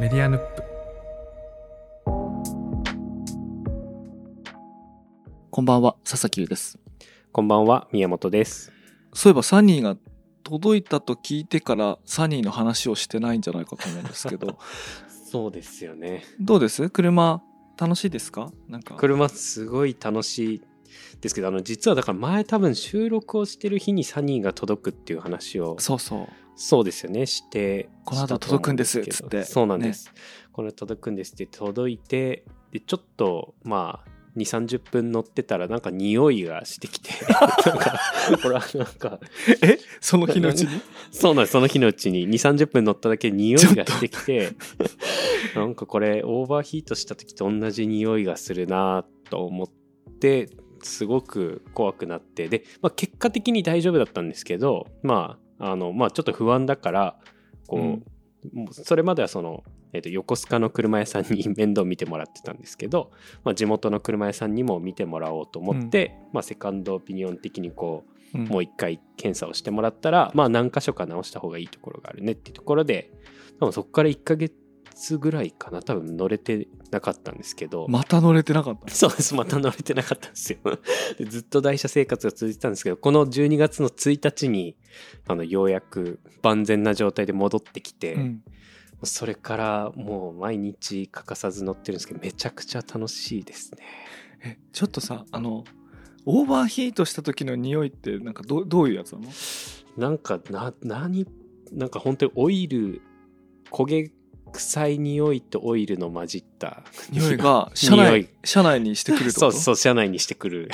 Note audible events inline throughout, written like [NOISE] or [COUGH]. メディアヌップこんばんは、佐々木優です。こんばんは、宮本です。そういえばサニーが届いたと聞いてからサニーの話をしてないんじゃないかと思うんですけ [LAUGHS] ど、そうですよね。どうです車楽しいですかなんか。車すごい楽しいですけど、あの、実はだから前多分収録をしてる日にサニーが届くっていう話を、そうそう。そうですよね、して、この後したと思う届くんですけどつってそうなんです。これ届くんですって届いて、で、ちょっと、まあ、2、30分乗ってたらなんか匂いがしてきて、 [LAUGHS] なんか、これはなんか、えその日のうちにそうなんです。その日のうちに2、30分乗っただけで匂いがしてきて、なんかこれ、オーバーヒートした時と同じ匂いがするなと思って、すごく怖くなって、で、まあ、結果的に大丈夫だったんですけど、まあ、あの、まあ、ちょっと不安だから、こう、うんもうそれまではその、えっと横須賀の車屋さんに面倒見てもらってたんですけど、まあ、地元の車屋さんにも見てもらおうと思って、まあ、セカンドオピニオン的にこ [LAUGHS] ううんもう一回検査をしてもらったら、まあ何箇所か直した方がいいところがあるねっていうところで、多分そこから1ヶ月ぐらいかな、多分乗れてなかったんですけど、また乗れてなかっそうです、また乗れてなかったんですよ。 [LAUGHS] でずっと台車生活が続いてたんですけど、この12月の1日に、あの、ようやく万全な状態で戻ってきて、た。うん。それからもう毎日欠かさず乗ってるんですけど、めちゃくちゃ楽しいですね。え、ちょっとさ、あの、オーバーヒートした時の匂いってなんかどどういうやつなのなんかな何なんか本当にオイル焦げ臭い匂いとオイルの混じった匂い [LAUGHS] が車匂内い車内にしてくるってそ [LAUGHS] こうとそう車内にしてくる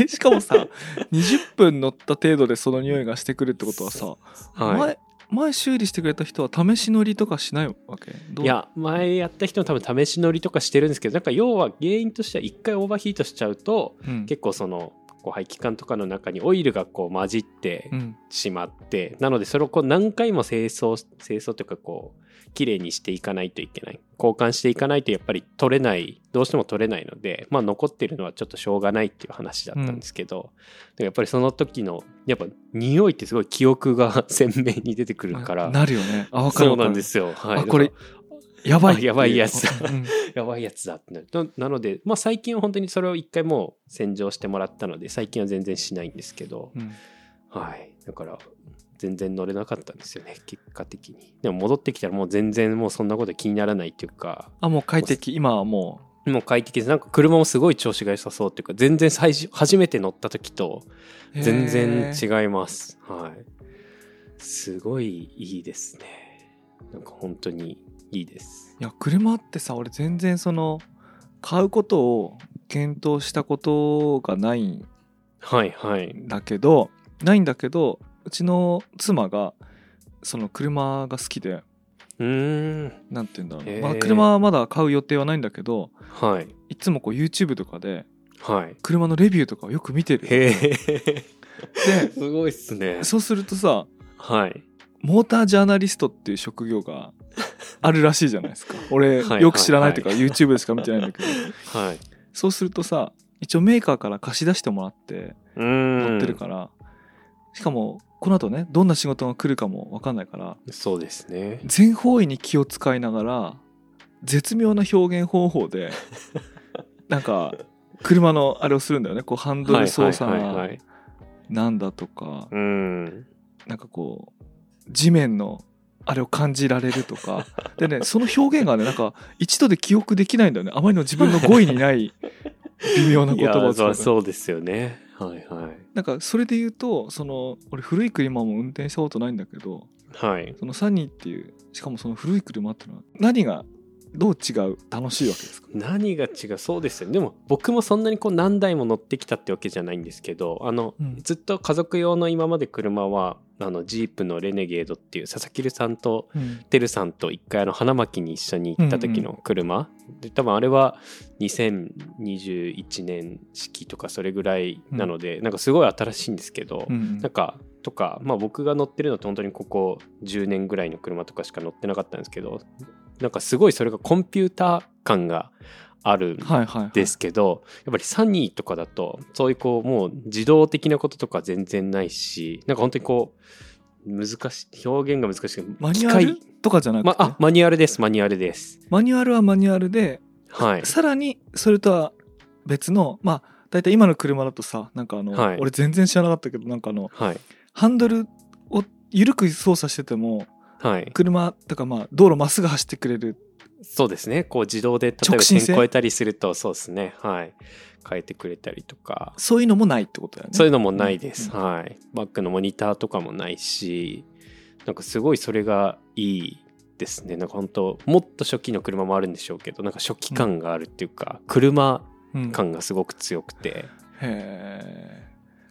えしかもさ20分乗った程度でその匂いがしてくるってことはさ、 [LAUGHS] は前前修理してくれた人は試し乗りとかしないわけどいういや前やった人も多分試し乗りとかしてるんですけどなんか要は原因としては一回オーバーヒートしちゃうとうん結構そのこう排気管とかの中にオイルがこう混じってうんしまって、なのでそれをこう何回も清掃清掃というかこう綺麗にしていかないといけない交換していかないとやっぱり取れないどうしても取れないのでまあ残ってるのはちょっとしょうがないっていう話だったんですけど、でもやっぱりその時のやっぱ匂いってすごい記憶が鮮明に出てくるからあなるよねあ分かるそうわかるなんですよ、はい、あこれだかやばいってうあやばいやつうんらやばいやつだってなるななのでまあ最近は本当にそれを一回もう洗浄してもらったので最近は全然しないんですけど、 [LAUGHS] うんはい。だから、全然乗れなかったんですよね、結果的に。でも戻ってきたらもう全然もうそんなこと気にならないっていうか、あもう快適今はももう快適です。なんか車もすごい調子が良さそうっていうか、全然最初初めて乗った時とう全然へー違います。はい。すごいいいですね。なんか本当にいいです。いや車ってさ俺全然その買うことを検討したことがないんはいはい。だけどないんだけどうちの妻がその車が好きでうーん。なんて言うんだろうへなーまだ車はまだ買う予定はないんだけどはい。いつもこう YouTube とかではい。車のレビューとかをよく見てるへえ。ですごいっすね。そうするとさはい。モータージャーナリストっていう職業 [LAUGHS] があるらしいじゃないですか俺はいはいよく知らないというか YouTube でしか見てないんだけどはい。そうするとさ一応メーカーから貸し出してもらってうーん。乗ってるから、しかもこの後ねどんな仕事が来るかも分かんないからそうですね。全方位に気を使いながら絶妙な表現方法 [LAUGHS] でなんか車のあれをするんだよねこうハンドル操作はいはいはいはがいなんだとかうん。なんかこう地面のあれを感じられるとか [LAUGHS] でねその表現がねなんか一度で記憶できないんだよねあまりの自分の語彙に [LAUGHS] ない微妙な [LAUGHS] 言葉を使そううそうですよね。はいはい。なんかそれで言うとその俺古い車も運転したことないんだけどはい。そのサニーっていうしかもその古い車っていうのは何がどう違う楽しいわけですか何が違うそうですよね。でも僕もそんなにこう何台も乗ってきたってわけじゃないんですけど、あの、うんずっと家族用の今まで車は、あの、ジープのレネゲードっていう佐々木留さんとうんてるさんと一回あの花巻に一緒に行った時の車、で多分あれは2021年式とかそれぐらいなので、なんかすごい新しいんですけど、うんなんかとか、まあ、僕が乗ってるのって本当にここ10年ぐらいの車とかしか乗ってなかったんですけどなんかすごいそれがコンピューター感があるんはいはいはいですけど、やっぱりサニーとかだとそういうこうもう自動的なこととか全然ないしなんか本当にこう難しい表現が難しいマニュアル機械とかじゃなくて、まあマニュアルですマニュアルですマニュアルはマニュアルで、はいさらにそれとは別のまあ大体今の車だとさなんかあの、はい俺全然知らなかったけどなんかあのはいハンドルを緩く操作しててもはい車とかまあ道路まっすぐ走ってくれるそうですねこう自動で例えば直進線性越えたりするとそうですねはい変えてくれたりとかそういうのもないってことだよねそういうのもないです、うはいバックのモニターとかもないしなんかすごいそれがいいですねなんか本当もっと初期の車もあるんでしょうけどなんか初期感があるっていうか、車うん感がすごく強くてへ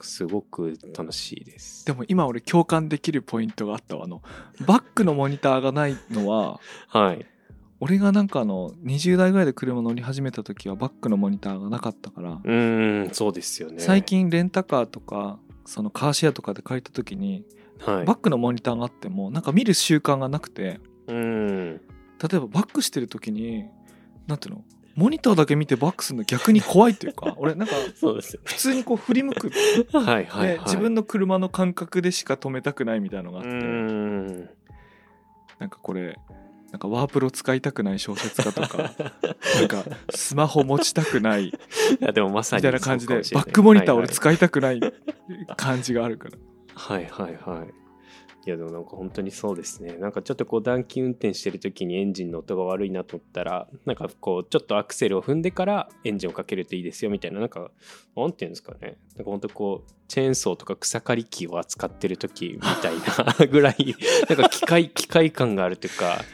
すごく楽しいですーでも今俺共感できるポイントがあったわあのバックのモニターがないのははい俺がなんかあの20代ぐらいで車乗り始めた時はバックのモニターがなかったから、うーんそうですよね最近レンタカーとかそのカーシェアとかで借りた時に、はいバックのモニターがあってもなんか見る習慣がなくてうーん例えばバックしてる時になんていうのモニターだけ見てバックするの逆に怖いっていう [LAUGHS] か俺なんかそうですよ普通にこう振り向く、ねはいはい、はいで自分の車の感覚でしか止めたくないみたいなのがうあってーんなんかこれなんかワープロ使いたくない小説家と [LAUGHS] かなんかスマホ持ちたくないいやでもまみさにたいな感じでそうバかもしれないックモニター俺はいはい使いたくない感じがあるから。はいはいはい。いやでもなんか本当にそうですね。なんかちょっとこう暖気運転してる時にエンジンの音が悪いなと思ったら、なんかこうちょっとアクセルを踏んでからエンジンをかけるといいですよみたいな、なんか、なんていうんですかね。なんか本当こう、チェーンソーとか草刈り機を扱ってる時みたい [LAUGHS] なぐらい、なんか機械、機械感があるというか、そ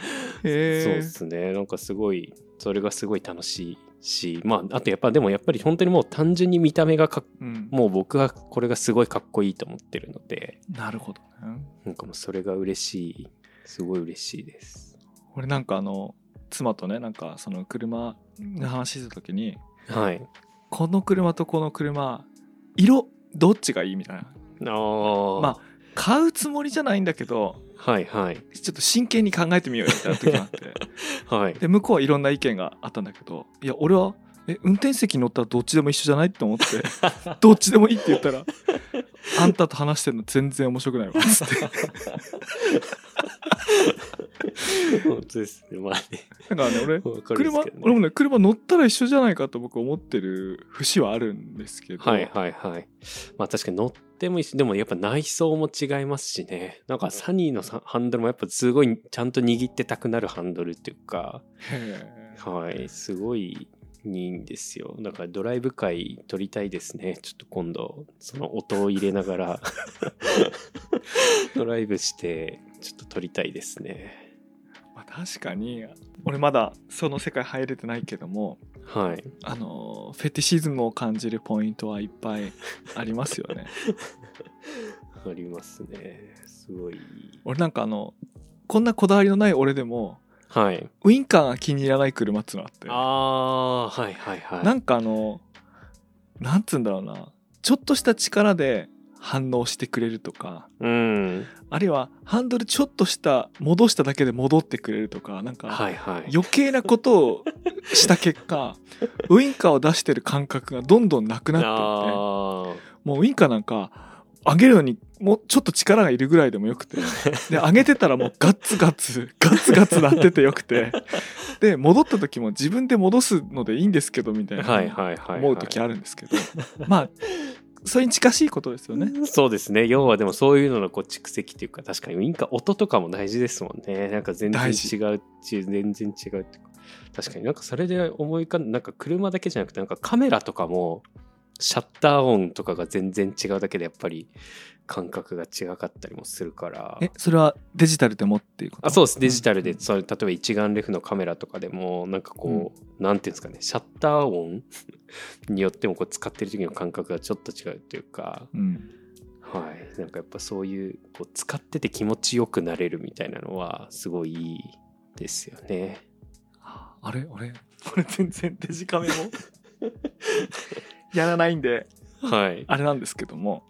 うへでーすね。なんかすごい、それがすごい楽しいし、まああとやっぱでもやっぱり本当にもう単純に見た目がかっうん、もう僕はこれがすごいかっこいいと思ってるので、なるほどね。なんかもうそれが嬉しい。すごい嬉しいです。俺なんかあの妻とねなんかその車の話してた時にはい。この車とこの車色どっちがいいみたいなああ。ま買うつもりじゃないんだけどあ。はいはい。ちょっと真剣に考えてみようよみたいな時があって [LAUGHS] [LAUGHS] はい。で向こうはいろんない意見があったんだけどいや俺はえ運転席に乗ったらどっちでも一緒じゃないって思って [LAUGHS] どっちでもいいって言ったらあんたと話してるの全然面白くないわっつって本当ですね。まあね。だからね俺わかるんで車すけどね俺もね車乗ったら一緒じゃないかと僕思ってる節はあるんですけど、はいはいはい。まあ確かに乗ってもいいし、でもやっぱ内装も違いますしね。なんかサニーのさハンドルもやっぱすごいちゃんと握ってたくなるハンドルっていうか、へーはい。すごい。いいんですよだからドライブ会撮りたいですねちょっと今度その音を入れなが [LAUGHS] らドライブしてちょっと撮りたいですねまあ、確かに俺まだその世界入れてないけどもはいあのフェティシズムを感じるポイントはいっぱいありますよね [LAUGHS] ありますねすごい俺なんかあのこんなこだわりのない俺でもはいウインカーが気に入らない車っつうのあってあーはいはいはいなんかあのなんつうんだろうなちょっとした力で反応してくれるとかうんあるいはハンドルちょっとした戻しただけで戻ってくれるとかなんか、はいはい余計なことをした結 [LAUGHS] 果ウインカーを出してる感覚がどんどんなくなっていってあもうウインカーなんか上げるのにもうちょっと力がいるぐらいでもよくてで上げてたらもうガッツガ [LAUGHS] ツガツガツなっててよくてで戻った時も自分で戻すのでいいんですけどみたいーな、はいはいはい、はい、思う時あるんですけど、まあそれに近しいことですよね。そうですね要はでもそういうののこう蓄積っていうか確かにウインカー音とかも大事ですもんねなんか全然大違事うち全然違うっていうか確かになんかそれで思い浮かんなんか車だけじゃなくてなんかカメラとかもシャッター音とかが全然違うだけでやっぱり感覚が違かったりもするからえそれはデジタルでもっていうことあそうですデジタルでそれ例えば一眼レフのカメラとかでもなんかこう、なんていうんですかねシャッター音 [LAUGHS] によってもこう使ってる時の感覚がちょっと違うというかうんはい、なんかやっぱそういうこう使ってて気持ちよくなれるみたいなのはすごいいいですよね。あれ [LAUGHS] 俺俺全然デジカメもやらないんではいあれなんですけども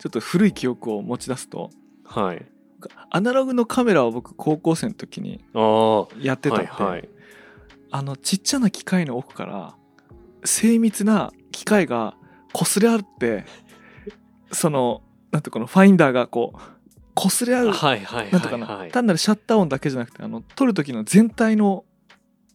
ちょっと古い記憶を持ち出すとはいアナログのカメラを僕高校生の時にああはやってたんいで、はいあのちっちゃな機械の奥から精密な機械がこすれあってそのなんてこのファインダーがこう擦れ合うはいはいなんていうはかいな、はい。単なるシャッター音だけじゃなくてあの撮る時の全体の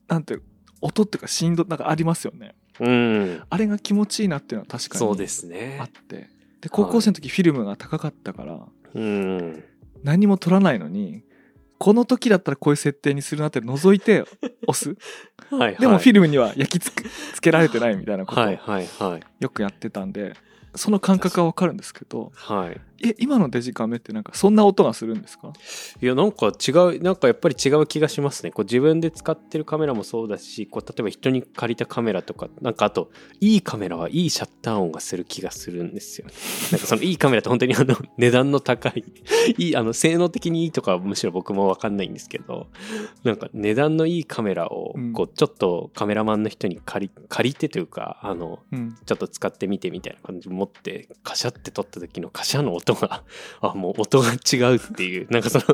なんていう音っていうか振動なんかありますよねうん。あれが気持ちいいなっていうのは確かそうでにすあっね。て、で高校生の時フィルムが高かったから、うん。何も撮らないのにこの時だったらこういう設定にするなって覗い [LAUGHS] て押すはいはい。でもフィルルムには焼きつくつけられてないみたいなことはいをはいはい。よくやってたんでその感覚はわかるんですけどはい。え今のデジカメってなんかそんな音がするんですかいやなんか違うなんかやっぱり違う気がしますねこう自分で使ってるカメラもそうだしこう例えば人に借りたカメラとかなんかあといいカメラはいいシャッター音がする気がするんで [LAUGHS] すよ、ね、なんかそのいいカメラって本当にあの値段の高い [LAUGHS] いいあの性能的にいいとかはむしろ僕も分かんないんですけどなんか値段のいいカメラをうんこうちょっとカメラマンの人に借り借りてというかあのうんちょっと使ってみてみたいな感じ持ってカシャって撮った時のカシャの音が [LAUGHS] あもう音が違うっ [LAUGHS] ていうなんかその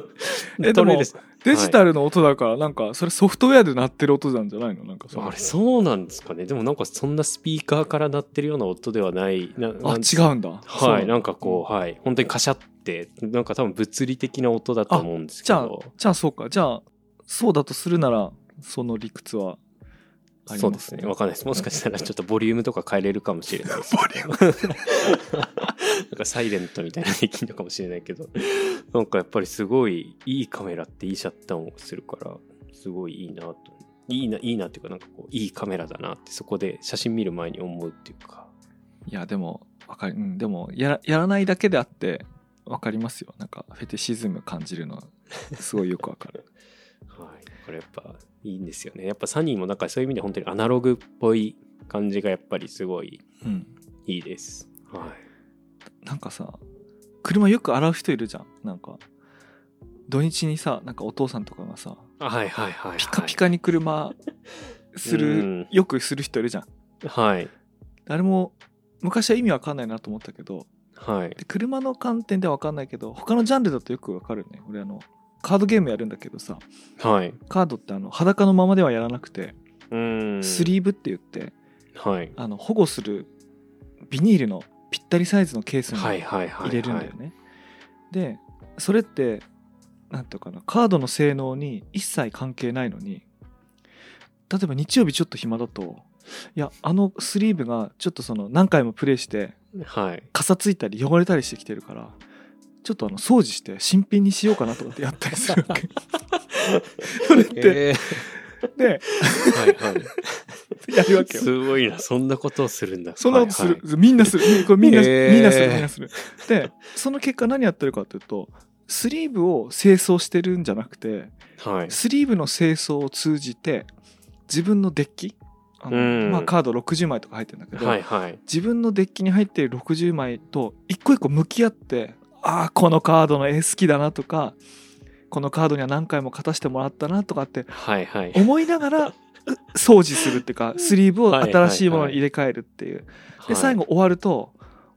え撮れでもるしデジタルの音だからなんかそれソフトウェアで鳴ってる音なんじゃないのなんかそのあれそうなんですかねでもなんかそんなスピーカーから鳴ってるような音ではないなあなん違うんだそうはいなんかこうはい本当にカシャってなんか多分物理的な音だと思うんですけじゃあどじゃあそうかじゃあそうだとするならその理屈はありますねそうですねわかんないですもしかしたらちょっとボリュームとか変えれるかもしれないですボリュームなんかサイレントみたいなのできるのかもしれないけどなんかやっぱりすごいいいカメラっていいシャッター音をするからすごいいいなといいないいなっていうかなんかこういいカメラだなってそこで写真見る前に思うっていうかいやでもわかる、うん、でもやらやらないだけであってわかりますよなんかフェティシズム感じるのはすごいよくわか [LAUGHS] るはい、これやっぱいいんですよねやっぱサニーもなんかそういう意味で本当にアナログっぽい感じがやっぱりすごいうんいいですはいなんかさ車よく洗う人いるじゃんなんか土日にさなんかお父さんとかがさはいはいはいはいピカピカに [LAUGHS] 車する、うんよくする人いるじゃんはい誰も昔は意味わかんないなと思ったけどはいで車の観点ではわかんないけど他のジャンルだとよくわかるね俺あのカードゲームやるんだけどさはいカードってあの裸のままではやらなくてうんスリーブって言ってはいあの保護するビニールのぴったりサイズのケースにはい入はいはいれるんだよね、でそれってなんていうかなカードの性能に一切関係ないのに例えば日曜日ちょっと暇だといやあのスリーブがちょっとその何回もプレイしてはいかさついたり汚れたりしてきてるからちょっとあの掃除して新品にしようかなとかってやったりする [LAUGHS] わけそれって、えーではい [LAUGHS] はいやるわけよすごいなそんなことをするんだそんなことすはいる、みんなするみこれみんな、へーみんなするみんなするでその結果何やってるかというとスリーブを清掃してるんじゃなくてはい、はいスリーブの清掃を通じて自分のデッキあの、うんまあ、カード60枚とか入ってるんだけど、はいはい自分のデッキに入っている60枚と一個一個向き合ってああこのカードの絵好きだなとかこのカードには何回も勝たせてもらったなとかってはいはい思いながらう掃除するっていうかスリーブを新しいものに入れ替えるっていうはでい最後終わると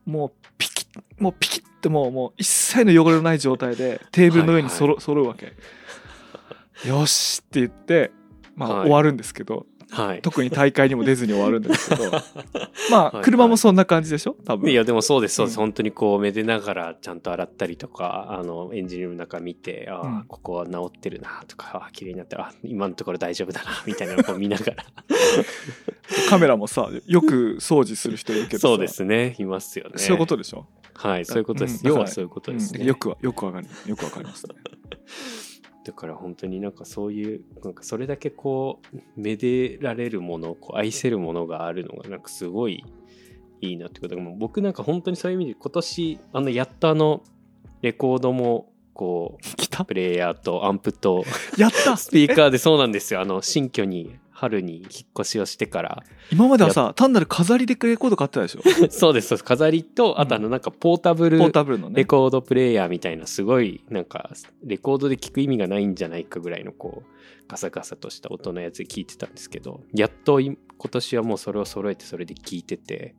もうピキッもうピキッてもうもう一切の汚れのない状態でテーブルの上にそろ揃うわけよしって言ってまあはい終わるんですけどはい [LAUGHS] 特に大会にも出ずに終わるんです [LAUGHS] けどはまいはあい車もそんな感じでしょ多分いやでもそうですそうです、うん本当にこうめでながらちゃんと洗ったりとかあのエンジンルームの中見てああ、うんここは治ってるなとかああ綺麗になってるあ今のところ大丈夫だなみたいなのを見 [LAUGHS] ながらカメラもさよく掃除する人いるけどさそうですねいますよねそういうことでしょ、はいそういうことです、うん要はそういうことですね、うんよくはよくわかるよくわかり [LAUGHS] ますねだから本当になんかそういうなんかそれだけこうめでられるものこう愛せるものがあるのがなんかすごいいいなってことでもう僕なんか本当にそういう意味で今年あのやっとあのレコードもこう来たプレイヤーとアンプとやったスピーカーでそうなんですよ。あの、新居に、春に引っ越しをしてから。今まではさ単なる飾りでレコード買ってたでしょそうです、そうです。飾りと、あとあの、なんかポータブルポータブルのねレコードプレイヤーみたいな、すごい、なんか、レコードで聞く意味がないんじゃないかぐらいの、こう、ガサガサとした音のやつで聞いてたんですけど、やっとい今年はもうそれを揃えて、それで聞いてて、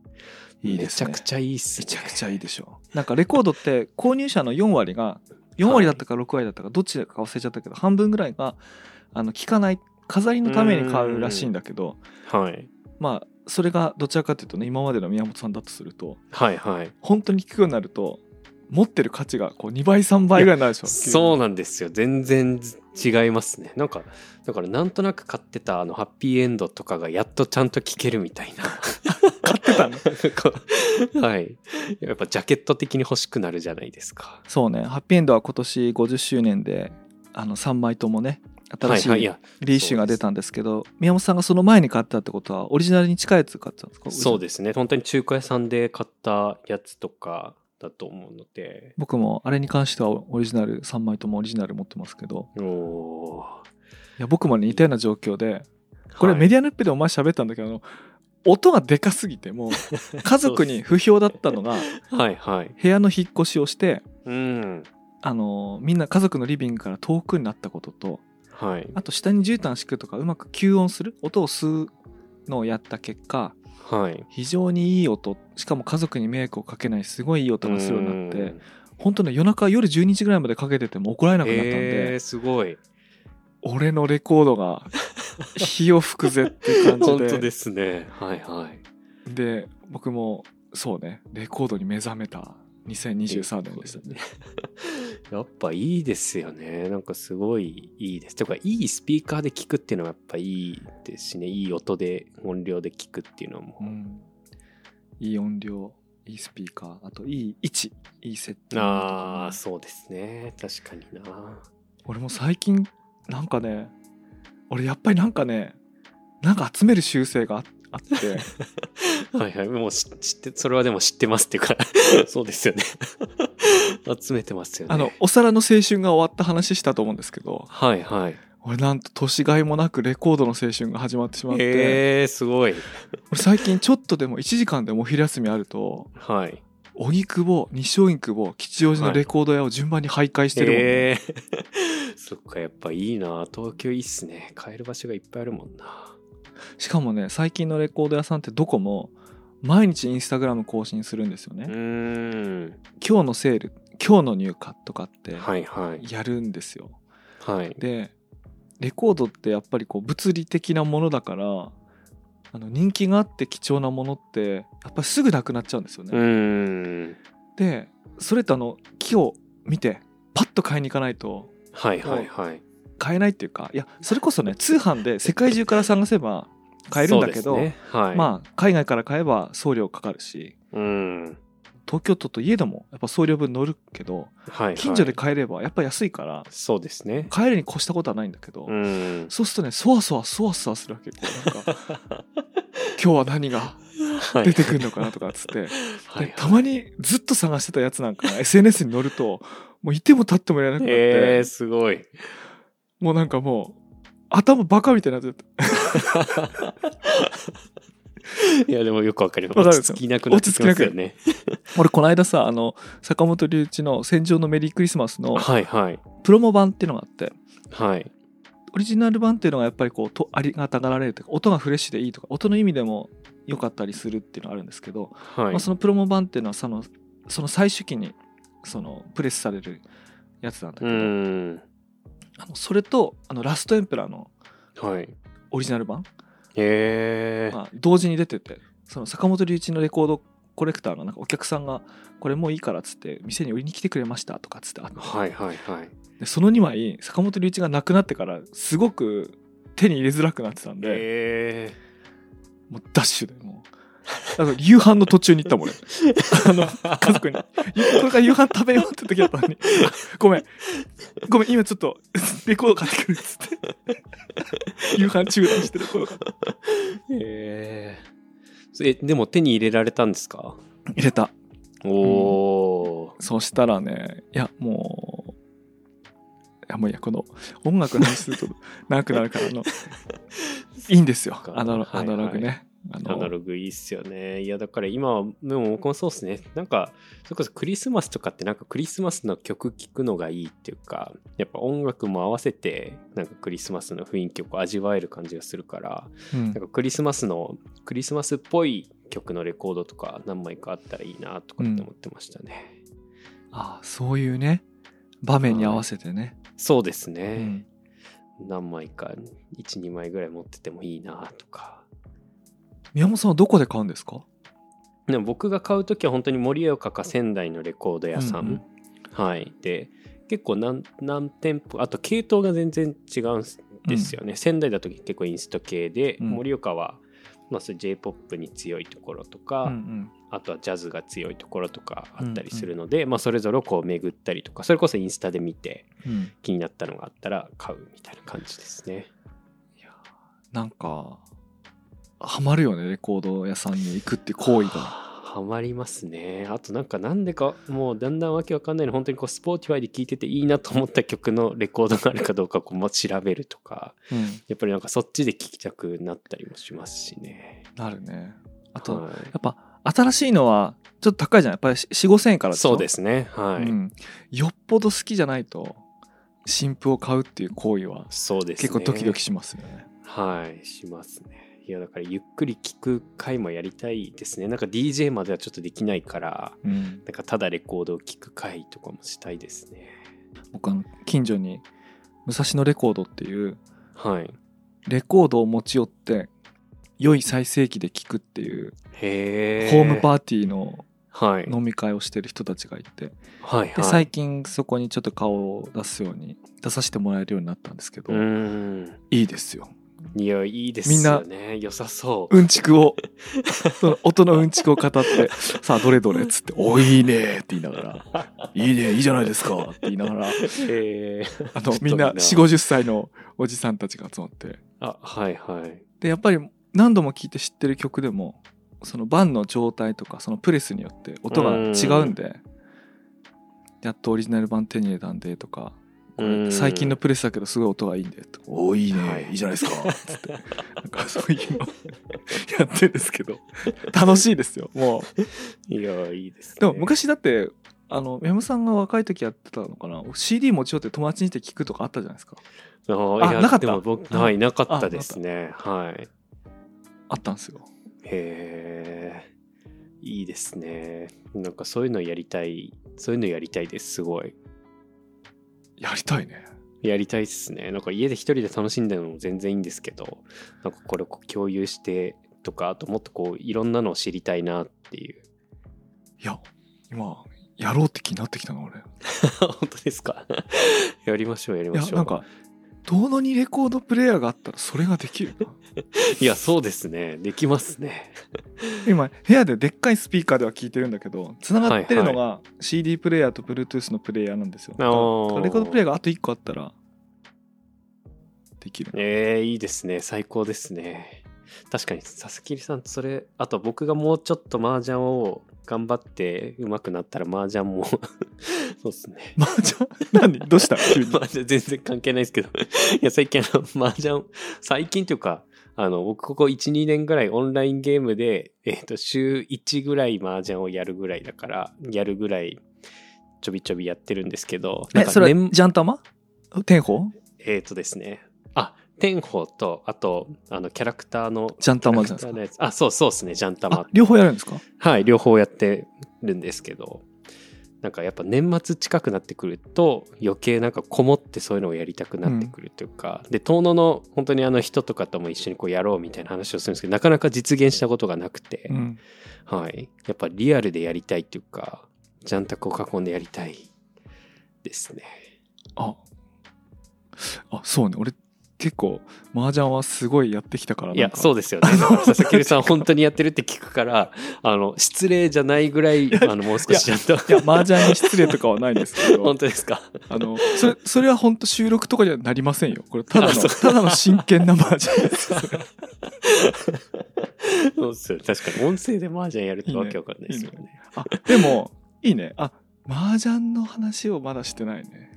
いいですねめちゃくちゃいいっす、めね。ちゃくちゃいいでしょなんかレコードって購入者の4割が4割だったか6割だったかどっちだか忘れちゃったけど半分ぐらいがあの聞かない飾りのために買うらしいんだけどはい。まあそれがどちらかというとね今までの宮本さんだとするとはいはい。本当に聞くようになると持ってる価値がこう2倍3倍ぐらいになるでしょ [LAUGHS] そうなんですよ全然違いますねなんかだからなんとなく買ってたあのハッピーエンドとかがやっとちゃんと聞けるみたいな買ってたの [LAUGHS] こうはいやっぱジャケット的に欲しくなるじゃないですかそうねハッピーエンドは今年50周年であの3枚ともね新しはいはいいやリーシュが出たんですけど、宮本さんがその前に買ったってことはオリジナルに近いやつ買ってたんですかそうですね本当に中古屋さんで買ったやつとかだと思うので僕もあれに関してはオリジナル3枚ともオリジナル持ってますけどおおいや僕もね似たような状況でこれメデディアヌッペでお前喋ったんだけど、あの音がでかすぎて [LAUGHS] もう家族に不評だったのがィはいはい部屋の引っ越しをしてうんあのみんな家族のリビングから遠くになったこととはいあと下に絨毯敷くとかうまく吸音する音を吸うのをやった結果はい非常にいい音しかも家族に迷惑をかけないすごいいい音がするようになってうん本当ね夜中夜12時ぐらいまでかけてても怒られなくなったんで、えー、すごい俺のレコードが火を吹くぜって感じ [LAUGHS] 本で当ですねはいはいで僕もそうねレコードに目覚めた2023年でしたね。やっぱいいですよね。なんかすごいいいです。とかいいスピーカーで聞くっていうのはやっぱいいですしね。いい音で音量で聞くっていうのも。うん、いい音量いいスピーカーあといい位置いいセッティングとかねああ、そうですね。確かにな。俺も最近なんかね俺やっぱりなんかねなんか集める習性がああって [LAUGHS] はいはい。もうし知って、それはでも知ってますってい [LAUGHS] うか、そうですよね。集めてますよね。あの、お皿の青春が終わった話したと思うんですけどはいはい。俺なんと年がいもなくレコードの青春が始まってしまって、えー、すごい。俺最近ちょっとでも1時間でもお昼休みあるとはい。荻窪西荻窪吉祥寺のレコード屋を順番に徘徊してるもんね、えー、 [LAUGHS] そっか、やっぱいいな。東京いいっすね。買える場所がいっぱいあるもんな。しかもね最近のレコード屋さんってどこも毎日インスタグラム更新するんですよね、うーん。今日のセール今日の入荷とかってはいはい。やるんですよ、はい。でレコードってやっぱりこう物理的なものだからあの人気があって貴重なものってやっぱりすぐなくなっちゃうんですようね、ーん。でそれとあの木を見てパッと買いに行かないとはいはいはい。買えないっていうかいやそれこそね通販で世界中から探せば買えるんだけど、そうですねはい。まあ海外から買えば送料かかるしうん。東京都といえどもやっぱ送料分乗るけどはい、はい。近所で買えればやっぱ安いからそうですね。買えるに越したことはないんだけど、うん。そうするとねそわそわそわそわするわけこうなんか [LAUGHS] 今日は何が [LAUGHS] 出てくるのかなとかっつって、はいでたまにずっと探してたやつなんか SNS に乗るともういても立ってもいられなくなって、えー、すごい。もうなんかもう頭バカみたいになっちゃっていや、でもよくわかります。わかる落ち着きなくなってきますよね。俺この間さあの坂本龍一の「戦場のメリークリスマス」のはいはい。プロモ版っていうのがあってはい。オリジナル版っていうのがやっぱりこうとありがたがられるというか音がフレッシュでいいとか音の意味でも良かったりするっていうのがあるんですけど、はい。まあ、そのプロモ版っていうのはそのその最終期にそのプレスされるやつなんだけうど、ん。あのそれとあのラストエンペラーのはい。オリジナル版えー。が同時に出ててその坂本龍一のレコードコレクターのなんかお客さんが「これもういいから」っつって店に売りに来てくれましたとかっつってあってはいはいはい。でその2枚坂本龍一が亡くなってからすごく手に入れづらくなってたんで、えもうダッシュでもうあの夕飯の途中に行った [LAUGHS] もん俺 [LAUGHS] あの家族に「ゆこれから夕飯食べよう」って時だった [LAUGHS] のに「ごめんごめん今ちょっとレコード買ってくる」っつって夕飯中断してレコード買ってー。えー。え、でも手に入れられたんですか入れたおー。そしたらねいやもういやもういやこの音楽の話すると長くなるからあのいいんです [LAUGHS] よアナロアナログね、あアのナログいいっすよね。いや、だから今は、でも僕もそうっすね。なんか、それこそクリスマスとかって、なんかクリスマスの曲聴くのがいいっていうか、やっぱ音楽も合わせて、なんかクリスマスの雰囲気をこう味わえる感じがするから、うんなんかクリスマスの、クリスマスっぽい曲のレコードとか何枚かあったらいいなとかって思ってましたね。あそういうね場面に合わせてね、そうですうね。ん何枚か、1、2枚ぐらい持っててもいいなとか。宮本さんはどこで買うんですかでも僕が買う時は本当に盛岡か仙台のレコード屋さうんん、はいで結構何何店舗あと系統が全然違うんですよね、仙台だと結構インスト系でうん盛岡は、まあ、そういう j p o p に強いところとか、うんあとはジャズが強いところとかあったりするので、まあ、それぞれをこう巡ったりとかそれこそインスタで見てうんうん気になったのがあったら買うみたいな感じですね。なんかハマるよねレコード屋さんに行くって行為がはまりますねあとなんかなんでかもうだんだんわけわかんないの本当にこうスポーティファイで聴いてていいなと思った曲のレコードがあるかどうかこうもう調べるとかうんやっぱりなんかそっちで聴きたくなったりもしますしねなるねあと、はいやっぱ新しいのはちょっと高いじゃんやっぱり4 5千円からしょそうですねはい、うん、よっぽど好きじゃないと新譜を買うっていう行為はそうですね結構ドキドキしますよねはいしますねいやだからゆっくり聴く回もやりたいですねなんか DJ まではちょっとできないからうん、なんかただレコードを聴く回とかもしたいですね僕あの近所に武蔵野レコードっていうはいレコードを持ち寄って良い最盛期で聴くっていうへえホームパーティーのはい飲み会をしてる人たちがいてはいはでい最近そこにちょっと顔を出すように出させてもらえるようになったんですけど、うーんいいですよいやいいですよね良さそううんちく [LAUGHS] をその音のうんちくを語って「さあどれどれ」っつ [LAUGHS] って「おいいね」って言いながら「いいねいいじゃないですか」って言いながらへえあちょのっとみんな4 5 0歳のおじさんたちが集まってあはいはいでやっぱり何度も聴いて知ってる曲でもその盤の状態とかそのプレスによって音が違うんでやっとオリジナル版手に入れたんでとかこうれん最近のプレスだけどすごい音がいいんでとかおーいいね、はいい、いじゃないですかつってなんかそういうのやってるんですけど楽しいですよもういやいいですねでも昔だってあの山さんが若い時やってたのかな CD 持ち寄って友達にして聞くとかあったじゃないですかああーいやなかったでも僕あはいなかったですねはいあったんですよへえいいですねなんかそういうのやりたいそういうのやりたいですすごいやりたいねやりたいですねなんか家で一人で楽しんでるのも全然いいんですけどなんかこれを共有してとかあともっとこういろんなのを知りたいなっ [LAUGHS] ていういや今やろうって気になってきたな俺本当ですか [LAUGHS] やりましょうやりまいしょやうなんかどのにレコードプレイヤーがあったらそれができる [LAUGHS] ないや、そうですね。できますね。今部屋ででっかいスピーカーでは聞いてるんだけどつながってるのが CD プレイヤーと Bluetooth のプレイヤーなんですよ、あーだからレコードプレイヤーがあと1個あったらできるなえー、いいですね。最高ですね。確かに、佐々木さんとそれ、あと僕がもうちょっと麻雀を頑張って上手くなったら麻雀も、 [LAUGHS] そうですね。麻雀何どうした急 [LAUGHS] に麻雀全然関係ないですけど、いや、最近あの、麻雀、最近というか、あの、僕ここ1、2年ぐらいオンラインゲームで、えっ、と、週1ぐらい麻雀をやるぐらいだから、やるぐらい、ちょびちょびやってるんですけど、なんえかそれ年はジャン玉天宝えーとですね。あ、天宝と、あと、あの、キャラクターの、ジャンキャ玉ラじゃクないターでのすやつ。あ、そうそうですね、ジャンか玉あ。両方やるんですかはい、両方やってるんですけど、なんかやっぱ年末近くなってくると、余計なんかこもってそういうのをやりたくなってくるというか、で、遠野の本当にあの人とかとも一緒にこうやろうみたいな話をするんですけど、なかなか実現したことがなくて、うんはい。やっぱリアルでやりたいというか、ジャン卓を囲んでやりたいですね。ああそうね俺結構麻雀はすごいやってきたからいや、そううですよね。だから佐々木さん、本当にやってるって聞くから、あの、失礼じゃないぐらい、あの、もう少しちゃんと。いや麻雀に失礼とかはないんですけど [LAUGHS] 本当ですか。あのそれそれは本当収録とかにはなりませんよこれただあのそうただの真剣な麻 [LAUGHS] 雀ですそうですよね。確かに、音声で麻雀やるってわけわかんないですよね。あでもいいねあ麻雀の話をまだしてないね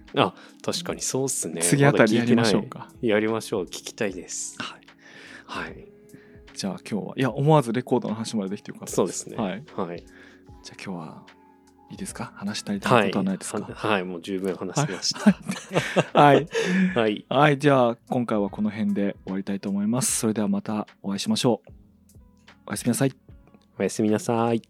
確かに、そうっすね。次あたりだや聞いりてまないしょう。かやりましょう。聞きたいです。はいはい。じゃあ今日はいや思わずレコードの話までできてよかったそうですね。はい、はい。じゃあ今日はいいですか話したりたいことはないですかははい、もう十分話しました。 [LAUGHS] はい、はいはい。はい、じゃあ今回はこの辺で終わりたいと思います。それではまたお会いしましょう。おやすみなさい。おやすみなさい。